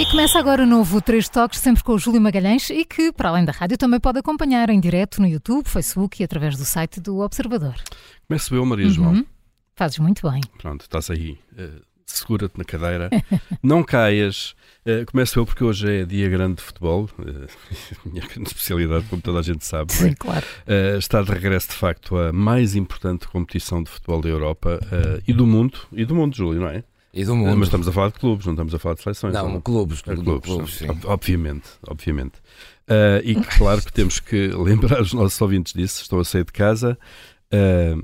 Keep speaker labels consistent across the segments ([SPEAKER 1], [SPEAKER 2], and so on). [SPEAKER 1] E começa agora o novo Três Toques, sempre com o Júlio Magalhães e que, para além da rádio, também pode acompanhar em direto no YouTube, Facebook e através do site do Observador.
[SPEAKER 2] Começo eu, Maria João.
[SPEAKER 1] Fazes muito bem.
[SPEAKER 2] Pronto, estás aí. eh, Segura-te na cadeira. Não caias. Eh, começo eu porque hoje é dia grande de futebol. eh, minha grande especialidade, como toda a gente sabe. não é?
[SPEAKER 1] Sim, claro.
[SPEAKER 2] Eh, está de regresso, de facto, a mais importante competição de futebol da Europa eh, e do mundo. E do mundo, Júlio, não é?
[SPEAKER 3] E do mundo.
[SPEAKER 2] Mas estamos a falar de clubes, não estamos a falar de seleções.
[SPEAKER 3] não,
[SPEAKER 2] não?
[SPEAKER 3] clubes,
[SPEAKER 2] É
[SPEAKER 3] clubes,
[SPEAKER 2] clubes,
[SPEAKER 3] clubes,
[SPEAKER 2] não?
[SPEAKER 3] sim.
[SPEAKER 2] Ob- Obviamente, obviamente. Ah, e claro que temos que lembrar os nossos ouvintes disso, estão a sair de casa. Ah,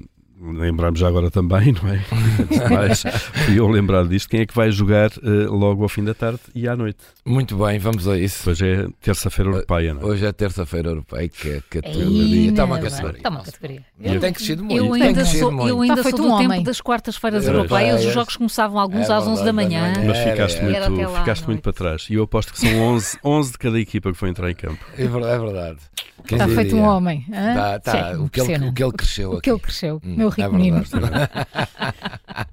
[SPEAKER 2] lembrarmos já agora também, não é? Antes de mais, fui eu lembrar disto. Quem é que vai jogar ah, logo ao fim da tarde e à noite?
[SPEAKER 3] Muito bem, vamos a isso.
[SPEAKER 2] Hoje é terça-feira europeia, não é?
[SPEAKER 3] Hoje é terça-feira europeia, que é 14
[SPEAKER 4] Ei,
[SPEAKER 3] dias. Está uma
[SPEAKER 4] nada.
[SPEAKER 3] categoria.
[SPEAKER 4] Está Tá uma categoria.
[SPEAKER 3] Não tem crescido muito.
[SPEAKER 4] Eu
[SPEAKER 3] tem
[SPEAKER 4] ainda
[SPEAKER 3] crescido
[SPEAKER 4] sou,
[SPEAKER 3] muito.
[SPEAKER 4] eu ainda
[SPEAKER 1] Está
[SPEAKER 4] sou
[SPEAKER 1] feito
[SPEAKER 4] do
[SPEAKER 1] um
[SPEAKER 4] tempo
[SPEAKER 1] homem.
[SPEAKER 4] das quartas-feiras
[SPEAKER 3] Era.
[SPEAKER 4] europeias.
[SPEAKER 3] Era.
[SPEAKER 4] Os jogos começavam alguns
[SPEAKER 3] Era
[SPEAKER 4] às 11 da
[SPEAKER 3] verdade,
[SPEAKER 4] manhã.
[SPEAKER 3] da manhã.
[SPEAKER 2] Mas
[SPEAKER 3] Era,
[SPEAKER 2] ficaste
[SPEAKER 3] era.
[SPEAKER 2] muito,
[SPEAKER 4] Era até lá à
[SPEAKER 2] ficaste muito
[SPEAKER 4] noite.
[SPEAKER 2] para trás. E eu aposto que são 11, 11 de cada equipa que foi entrar em campo.
[SPEAKER 3] É verdade. é verdade.
[SPEAKER 4] Tá
[SPEAKER 3] Quem
[SPEAKER 1] Está feito um
[SPEAKER 3] diria?
[SPEAKER 1] homem.
[SPEAKER 4] né?
[SPEAKER 1] hã?
[SPEAKER 3] Tá, tá,
[SPEAKER 1] Sim,
[SPEAKER 3] o, que ele,
[SPEAKER 1] impressionante.
[SPEAKER 3] o que ele cresceu
[SPEAKER 1] O que ele
[SPEAKER 3] aqui.
[SPEAKER 1] cresceu,
[SPEAKER 3] Hum,
[SPEAKER 1] meu
[SPEAKER 3] é
[SPEAKER 1] rico menino.
[SPEAKER 3] verdade.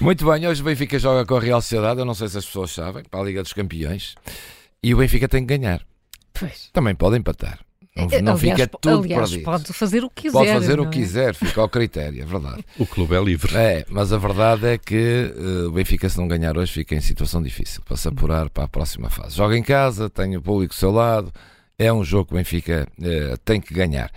[SPEAKER 3] Muito bem, hoje o Benfica joga com a Real Sociedade. Eu não sei se as pessoas sabem, para a Liga dos Campeões. E o Benfica tem que ganhar.
[SPEAKER 1] Pois.
[SPEAKER 3] Também pode empatar. Não, não
[SPEAKER 4] aliás,
[SPEAKER 3] fica
[SPEAKER 4] po-
[SPEAKER 3] tudo
[SPEAKER 4] aliás,
[SPEAKER 3] perdido.
[SPEAKER 4] pode fazer o que quiser.
[SPEAKER 3] Pode fazer o
[SPEAKER 4] não é?
[SPEAKER 3] que quiser, fica ao critério, é verdade.
[SPEAKER 2] O clube é livre.
[SPEAKER 3] É, mas a verdade é que eh, o Benfica, se não ganhar hoje, fica em situação difícil para se apurar para a próxima fase. Joga em casa, tem o público do seu lado, é um jogo que o Benfica eh, tem que ganhar.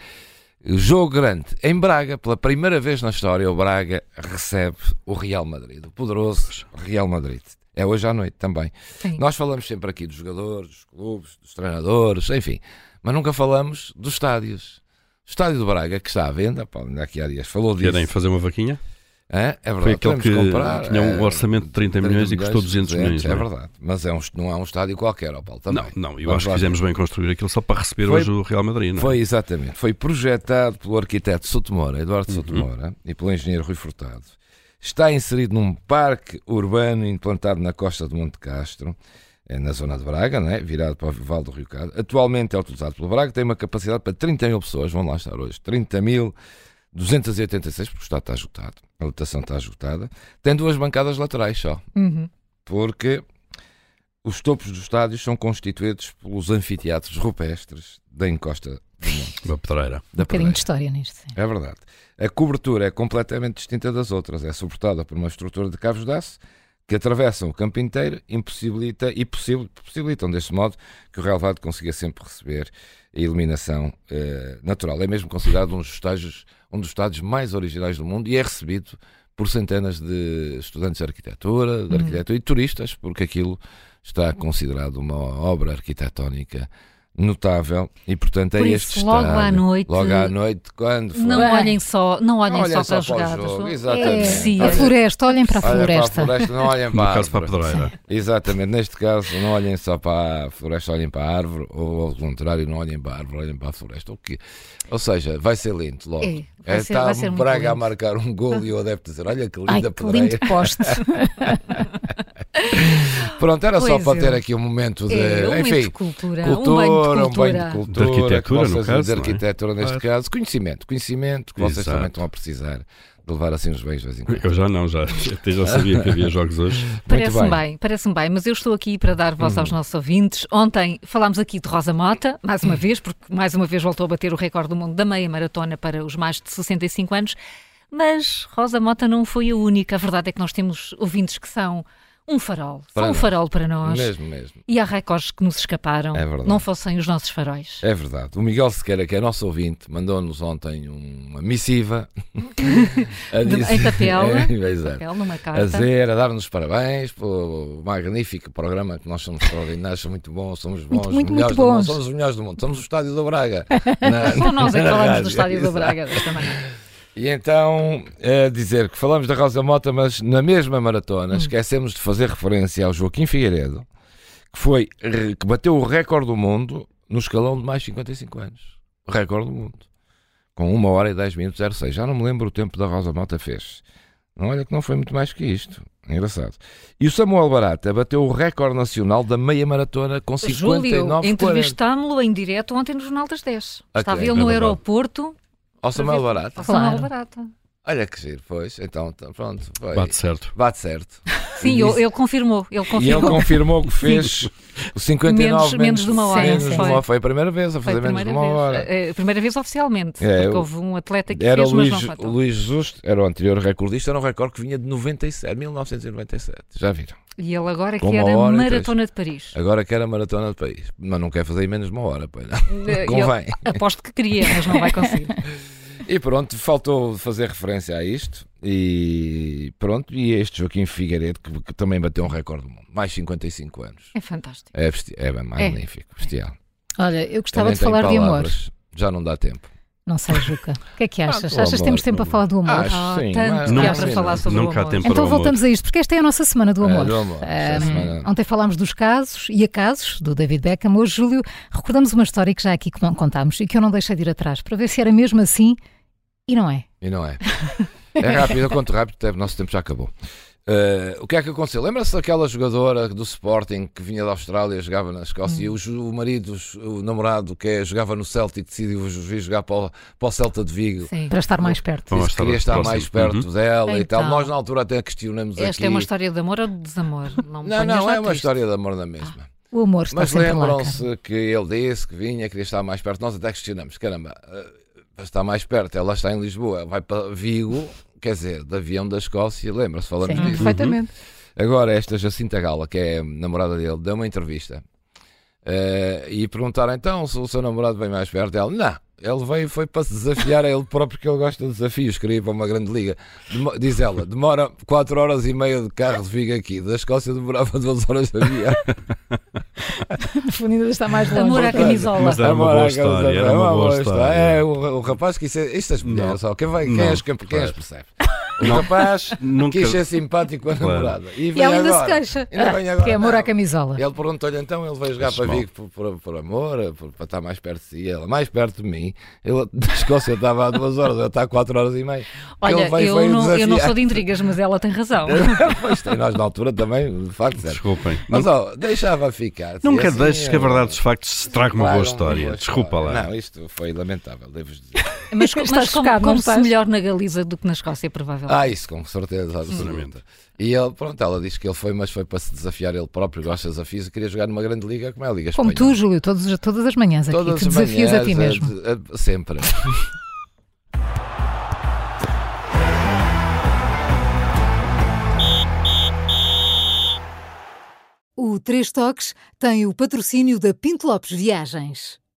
[SPEAKER 3] Jogo grande em Braga, pela primeira vez na história, o Braga recebe o Real Madrid, o poderoso Real Madrid. É hoje à noite também.
[SPEAKER 4] Sim.
[SPEAKER 3] Nós falamos sempre aqui dos jogadores, dos clubes, dos treinadores, enfim, mas nunca falamos dos estádios. O estádio do Braga, que está à venda, pá, ainda aqui há dias falou disso.
[SPEAKER 2] Querem fazer uma vaquinha?
[SPEAKER 3] Hã? É verdade,
[SPEAKER 2] Foi aquele
[SPEAKER 3] podemos
[SPEAKER 2] que
[SPEAKER 3] comprar,
[SPEAKER 2] tinha um
[SPEAKER 3] é,
[SPEAKER 2] orçamento de 30 milhões e custou 200 milhões.
[SPEAKER 3] É
[SPEAKER 2] não é?
[SPEAKER 3] verdade, mas é um, não é um estádio qualquer, ó Paulo, também.
[SPEAKER 2] Não, não, eu
[SPEAKER 3] Vamos
[SPEAKER 2] acho que
[SPEAKER 3] lá.
[SPEAKER 2] fizemos bem construir aquilo só para receber
[SPEAKER 3] Foi-
[SPEAKER 2] hoje o Real Madrid, não é?
[SPEAKER 3] Foi exatamente, foi projetado pelo arquiteto Sotomora,
[SPEAKER 2] Uhum.
[SPEAKER 3] Eduardo Sotomora, e pelo engenheiro Rui Furtado. Está inserido num parque urbano implantado na costa do Monte Castro, eh, na zona de Braga, né? virado para o Vale do Rio Cado. Atualmente é utilizado pelo Braga, tem uma capacidade para 30 mil pessoas, vão lá estar hoje, 30 mil 286, porque o estado está esgotado, a lotação está esgotada. Tem duas bancadas laterais só,
[SPEAKER 4] Uhum.
[SPEAKER 3] porque os topos dos estádios são constituídos pelos anfiteatros rupestres da encosta
[SPEAKER 2] Uma pedreira.
[SPEAKER 3] da
[SPEAKER 4] Um bocadinho
[SPEAKER 3] Pedreira.
[SPEAKER 4] de história nisto. sim.
[SPEAKER 3] É verdade. A cobertura é completamente distinta das outras. É suportada por uma estrutura de cabos de aço que atravessam o campo inteiro impossibilita, e possi- possibilitam, deste modo, que o relevado consiga sempre receber a iluminação eh, natural. É mesmo considerado um dos, estágios, um dos estádios mais originais do mundo e é recebido por centenas de estudantes de arquitetura,
[SPEAKER 4] Hum.
[SPEAKER 3] de arquitetura e turistas, porque aquilo está considerado uma obra arquitetónica notável e, portanto, é
[SPEAKER 4] Por
[SPEAKER 3] este
[SPEAKER 4] isso, logo
[SPEAKER 3] estádio,
[SPEAKER 4] à noite-
[SPEAKER 3] logo à noite, quando for.
[SPEAKER 4] Não
[SPEAKER 2] É.
[SPEAKER 1] Bem.
[SPEAKER 4] olhem só, não olhem
[SPEAKER 3] Olhem
[SPEAKER 4] só para as
[SPEAKER 3] só para o
[SPEAKER 4] jogadas.
[SPEAKER 3] jogo,
[SPEAKER 4] não é?
[SPEAKER 3] exatamente.
[SPEAKER 4] É
[SPEAKER 3] Sim.
[SPEAKER 4] preciso.
[SPEAKER 1] A floresta, olhem para a
[SPEAKER 3] Olhem para a
[SPEAKER 1] floresta.
[SPEAKER 3] floresta, não olhem
[SPEAKER 2] No
[SPEAKER 3] para a
[SPEAKER 2] caso, para a
[SPEAKER 3] árvore.
[SPEAKER 2] pedreira.
[SPEAKER 3] Exatamente, neste caso, não olhem só para a floresta, olhem para a árvore, ou ao contrário, não olhem para a árvore, olhem para a floresta. Ou, que... ou seja, vai ser lindo logo.
[SPEAKER 4] É, vai ser-
[SPEAKER 3] está
[SPEAKER 4] vai ser
[SPEAKER 3] o
[SPEAKER 4] muito
[SPEAKER 3] Braga a
[SPEAKER 4] lindo.
[SPEAKER 3] marcar um gol e o adepto dizer: Olha que linda
[SPEAKER 4] Ai, que
[SPEAKER 3] pedreira.
[SPEAKER 4] lindo poste.
[SPEAKER 3] Pronto, era só
[SPEAKER 4] Pois
[SPEAKER 3] para
[SPEAKER 4] é.
[SPEAKER 3] ter aqui um momento de.
[SPEAKER 4] É, um momento de
[SPEAKER 3] enfim,
[SPEAKER 4] cultura,
[SPEAKER 3] cultura,
[SPEAKER 4] um banho de cultura.
[SPEAKER 2] De arquitetura,
[SPEAKER 3] que vocês-
[SPEAKER 2] no caso,
[SPEAKER 3] de
[SPEAKER 2] não é?
[SPEAKER 3] arquitetura neste
[SPEAKER 2] Claro.
[SPEAKER 3] caso, conhecimento, conhecimento que vocês
[SPEAKER 2] Exato.
[SPEAKER 3] também estão a precisar de levar assim os beijos de vez em quando.
[SPEAKER 2] Eu já não, já. Até já sabia que havia jogos hoje.
[SPEAKER 4] Parece-me
[SPEAKER 3] bem.
[SPEAKER 4] bem. parece-me bem, mas eu estou aqui para dar voz aos nossos ouvintes. Ontem falámos aqui de Rosa Mota, mais uma vez, porque mais uma vez voltou a bater o recorde do mundo da meia maratona para os mais de 65 anos. Mas Rosa Mota não foi a única. A verdade é que nós temos ouvintes que são um farol.
[SPEAKER 3] Para
[SPEAKER 4] são um
[SPEAKER 3] nós.
[SPEAKER 4] farol para nós.
[SPEAKER 3] Mesmo, mesmo.
[SPEAKER 4] E há recordes que nos escaparam.
[SPEAKER 3] É verdade.
[SPEAKER 4] não fossem os nossos faróis.
[SPEAKER 3] É verdade. O Miguel Sequeira, que é nosso ouvinte, mandou-nos ontem uma missiva a
[SPEAKER 4] De- em papel. né?
[SPEAKER 3] É, exato.
[SPEAKER 4] Papel numa
[SPEAKER 3] A
[SPEAKER 4] carta.
[SPEAKER 3] dizer, a dar-nos parabéns pelo magnífico programa que nós somos extraordinários, somos muito bons, somos bons,
[SPEAKER 4] Muito, muito,
[SPEAKER 3] melhores
[SPEAKER 4] muito
[SPEAKER 3] do mundo,
[SPEAKER 4] bons.
[SPEAKER 3] somos os melhores do mundo, somos o Estádio da Braga. Na-
[SPEAKER 4] Só nós é que
[SPEAKER 3] na
[SPEAKER 4] falamos do
[SPEAKER 3] rádio.
[SPEAKER 4] Estádio da
[SPEAKER 3] Exato.
[SPEAKER 4] Braga desta manhã.
[SPEAKER 3] E então, eh, dizer que falamos da Rosa Mota, mas na mesma
[SPEAKER 4] Hum.
[SPEAKER 3] maratona esquecemos de fazer referência ao Joaquim Figueiredo, que foi re- que bateu o recorde do mundo no escalão de mais 55 anos. Recorde do mundo. Com 1 hora e 10 minutos 06. Já não me lembro o tempo da Rosa Mota fez. Não olha que não foi muito mais que isto. Engraçado. E o Samuel Barata bateu o recorde nacional da meia maratona com 59
[SPEAKER 4] Júlio,
[SPEAKER 3] 40.
[SPEAKER 4] entrevistámo-lo em direto ontem no Jornal das 10.
[SPEAKER 3] Ok, então tá
[SPEAKER 4] Estava ele no
[SPEAKER 3] grande
[SPEAKER 4] aeroporto,
[SPEAKER 3] Ao Samuel Barata.
[SPEAKER 4] ao
[SPEAKER 1] Claro.
[SPEAKER 4] Samuel Barata.
[SPEAKER 3] Olha que giro, pois. Então, tá, pronto. Foi.
[SPEAKER 2] Bate certo.
[SPEAKER 3] Bate certo.
[SPEAKER 4] Sim,
[SPEAKER 3] E
[SPEAKER 4] eu-
[SPEAKER 3] disse-
[SPEAKER 4] ele confirmou.
[SPEAKER 3] E
[SPEAKER 4] Ele
[SPEAKER 3] ele
[SPEAKER 4] confirmou.
[SPEAKER 3] confirmou que fez 59
[SPEAKER 4] Menos- menos de uma hora,
[SPEAKER 3] Menos
[SPEAKER 4] sim.
[SPEAKER 3] de uma hora. Foi a primeira vez a
[SPEAKER 4] Foi
[SPEAKER 3] fazer
[SPEAKER 4] a
[SPEAKER 3] menos de
[SPEAKER 4] primeira
[SPEAKER 3] uma hora.
[SPEAKER 4] vez. Eh, eh, primeira vez oficialmente.
[SPEAKER 3] É,
[SPEAKER 4] porque
[SPEAKER 3] eu-
[SPEAKER 4] houve um atleta que
[SPEAKER 3] Era
[SPEAKER 4] fez,
[SPEAKER 3] o
[SPEAKER 4] mas
[SPEAKER 3] Luís,
[SPEAKER 4] não faltou.
[SPEAKER 3] o Luís Justo, era o anterior recordista, era um recorde que vinha de 97, 1997. Já viram?
[SPEAKER 4] E ele agora que
[SPEAKER 3] Com uma
[SPEAKER 4] era
[SPEAKER 3] hora e três.
[SPEAKER 4] maratona de Paris.
[SPEAKER 3] Agora quer a maratona do país. Mas não quer fazer em menos de uma hora, pois não.
[SPEAKER 4] Eh,
[SPEAKER 3] Convém.
[SPEAKER 4] ele- aposto que queria, mas não vai conseguir.
[SPEAKER 3] E pronto, faltou fazer referência a isto. E pronto, e este Joaquim Figueiredo que, que também bateu um recorde do mundo. Mais 55 anos.
[SPEAKER 4] É fantástico.
[SPEAKER 3] É, besti- é bem magnífico, bestial.
[SPEAKER 1] Olha, eu gostava
[SPEAKER 3] Eu nem
[SPEAKER 1] de falar
[SPEAKER 3] tenho
[SPEAKER 1] de amor.
[SPEAKER 3] palavras. Ah, Já não dá tempo.
[SPEAKER 1] Não sei, Juca. O que é que achas?
[SPEAKER 3] do
[SPEAKER 1] achas que temos
[SPEAKER 3] amor,
[SPEAKER 1] tempo para
[SPEAKER 3] do
[SPEAKER 1] falar do amor?
[SPEAKER 3] Acho
[SPEAKER 4] Ah,
[SPEAKER 3] sim,
[SPEAKER 4] tanto
[SPEAKER 3] mas-
[SPEAKER 4] que
[SPEAKER 2] há
[SPEAKER 3] Não,
[SPEAKER 2] para
[SPEAKER 3] sim,
[SPEAKER 4] falar
[SPEAKER 3] não.
[SPEAKER 4] sobre- o
[SPEAKER 2] Nunca há
[SPEAKER 4] amor.
[SPEAKER 2] tempo para
[SPEAKER 1] então
[SPEAKER 2] o amor.
[SPEAKER 1] voltamos a isto, porque esta é a nossa semana do
[SPEAKER 3] É,
[SPEAKER 1] amor.
[SPEAKER 3] do amor, esta
[SPEAKER 1] Ahm,
[SPEAKER 4] é?
[SPEAKER 3] semana.
[SPEAKER 1] ontem falámos dos casos e acasos do David Beckham. Hoje, Júlio, recordamos uma história que já aqui com- contámos e que eu não deixei de ir atrás para ver se era mesmo assim e não é.
[SPEAKER 3] E não é. É rápido, eu conto rápido, até o nosso tempo já acabou. Eh, o que é que aconteceu? Lembra-se daquela jogadora do Sporting que vinha da Austrália, jogava na Escócia,
[SPEAKER 4] Hum.
[SPEAKER 3] e o, ju- o marido, o namorado, que é- jogava no Celtic, decidiu vir jogar para o, para o Celta de Vigo.
[SPEAKER 4] Sim.
[SPEAKER 1] Para estar mais perto.
[SPEAKER 2] Bom,
[SPEAKER 3] Disse que
[SPEAKER 2] estar
[SPEAKER 3] queria estar
[SPEAKER 2] próximo.
[SPEAKER 3] mais perto
[SPEAKER 2] Uhum.
[SPEAKER 3] dela e tal.
[SPEAKER 4] Então.
[SPEAKER 3] Nós, na altura, até questionamos
[SPEAKER 4] Esta
[SPEAKER 3] aqui.
[SPEAKER 4] é uma história de amor ou de desamor? Não, me
[SPEAKER 3] Não,
[SPEAKER 4] ponhas
[SPEAKER 3] não,
[SPEAKER 4] lá
[SPEAKER 3] é uma
[SPEAKER 4] triste.
[SPEAKER 3] história de amor na mesma.
[SPEAKER 1] O amor está
[SPEAKER 3] Mas
[SPEAKER 1] sempre lá. cara.
[SPEAKER 3] lembram-se que ele disse que vinha, queria estar mais perto. Nós até questionamos: caramba, eh, para estar mais perto, ela está em Lisboa, vai para Vigo, quer dizer, de avião da Escócia, lembra-se, falamos
[SPEAKER 1] Sim.
[SPEAKER 3] disso. Uhum.
[SPEAKER 4] Perfeitamente.
[SPEAKER 3] Agora, esta Jacinta Gala, que é a namorada dele, deu uma entrevista eh, e perguntaram então se o seu namorado vem mais perto dela. Não, ele veio foi para se desafiar a ele próprio, que ele gosta de desafios, queria ir para uma grande liga. Demo- diz ela, demora 4 horas e meia de carro de Vigo aqui, da Escócia demorava 2 horas de avião.
[SPEAKER 1] No fundo ainda está mais longe.
[SPEAKER 4] Amor à camisola.
[SPEAKER 2] Mas era uma
[SPEAKER 3] Agora,
[SPEAKER 2] boa
[SPEAKER 3] aquela
[SPEAKER 2] história,
[SPEAKER 3] da-
[SPEAKER 2] era uma boa história.
[SPEAKER 3] É, o, o rapaz quis ser. Isto as mulheres,
[SPEAKER 2] Não.
[SPEAKER 3] só. Quem, vai, quem,
[SPEAKER 2] Não,
[SPEAKER 3] as, quem, quem as
[SPEAKER 2] claro.
[SPEAKER 3] percebe? O rapaz
[SPEAKER 2] Uhum.
[SPEAKER 3] é
[SPEAKER 2] Nunca-
[SPEAKER 3] quis ser simpático com a
[SPEAKER 2] Claro.
[SPEAKER 3] namorada. E,
[SPEAKER 1] E
[SPEAKER 4] é
[SPEAKER 3] vem
[SPEAKER 1] ela ainda se
[SPEAKER 3] agora.
[SPEAKER 1] queixa.
[SPEAKER 3] Ainda vem agora,
[SPEAKER 1] Que é amor
[SPEAKER 3] não.
[SPEAKER 1] à camisola.
[SPEAKER 3] Ele perguntou-lhe então, ele veio jogar
[SPEAKER 2] Acho
[SPEAKER 3] para
[SPEAKER 2] mal.
[SPEAKER 3] Vigo por, por, por amor, por- para estar mais perto de si. Ela, mais perto de mim. Ele, da Escócia estava há duas horas, ele está há quatro horas e meia.
[SPEAKER 4] Olha,
[SPEAKER 3] ele veio,
[SPEAKER 4] eu,
[SPEAKER 3] foi
[SPEAKER 4] não, eu não
[SPEAKER 3] desafiar.
[SPEAKER 4] sou de intrigas, mas ela tem razão.
[SPEAKER 3] Pois tem, nós na altura também, de facto, certo.
[SPEAKER 2] Desculpem.
[SPEAKER 3] Mas ó, deixava ficar.
[SPEAKER 2] Nunca
[SPEAKER 3] assim,
[SPEAKER 2] deixes que a
[SPEAKER 3] eu-
[SPEAKER 2] verdade dos factos se traga uma
[SPEAKER 3] Claro,
[SPEAKER 2] boa história.
[SPEAKER 3] boa
[SPEAKER 2] Desculpa
[SPEAKER 3] história.
[SPEAKER 2] lá.
[SPEAKER 3] Não, isto foi lamentável, devo-vos dizer.
[SPEAKER 4] Mas, co-
[SPEAKER 1] Estás
[SPEAKER 4] mas como,
[SPEAKER 1] chocado, não
[SPEAKER 4] como
[SPEAKER 1] estás?
[SPEAKER 4] se melhor na Galiza do que na Escócia, provavelmente.
[SPEAKER 3] Ah, isso com certeza, absolutamente. E ele, pronto, ela diz que ele foi, mas foi para se desafiar ele próprio, gosta de desafios e queria jogar numa grande liga como é a Liga
[SPEAKER 1] Como tu,
[SPEAKER 3] Espanhola.
[SPEAKER 1] Júlio, todos- todas as manhãs aqui,
[SPEAKER 3] Todas
[SPEAKER 1] te
[SPEAKER 3] as
[SPEAKER 1] desafias a ti
[SPEAKER 3] manhãs, é
[SPEAKER 1] mesmo.
[SPEAKER 3] a- a- sempre.
[SPEAKER 1] O Três Toques tem o patrocínio da Pinto Lopes Viagens.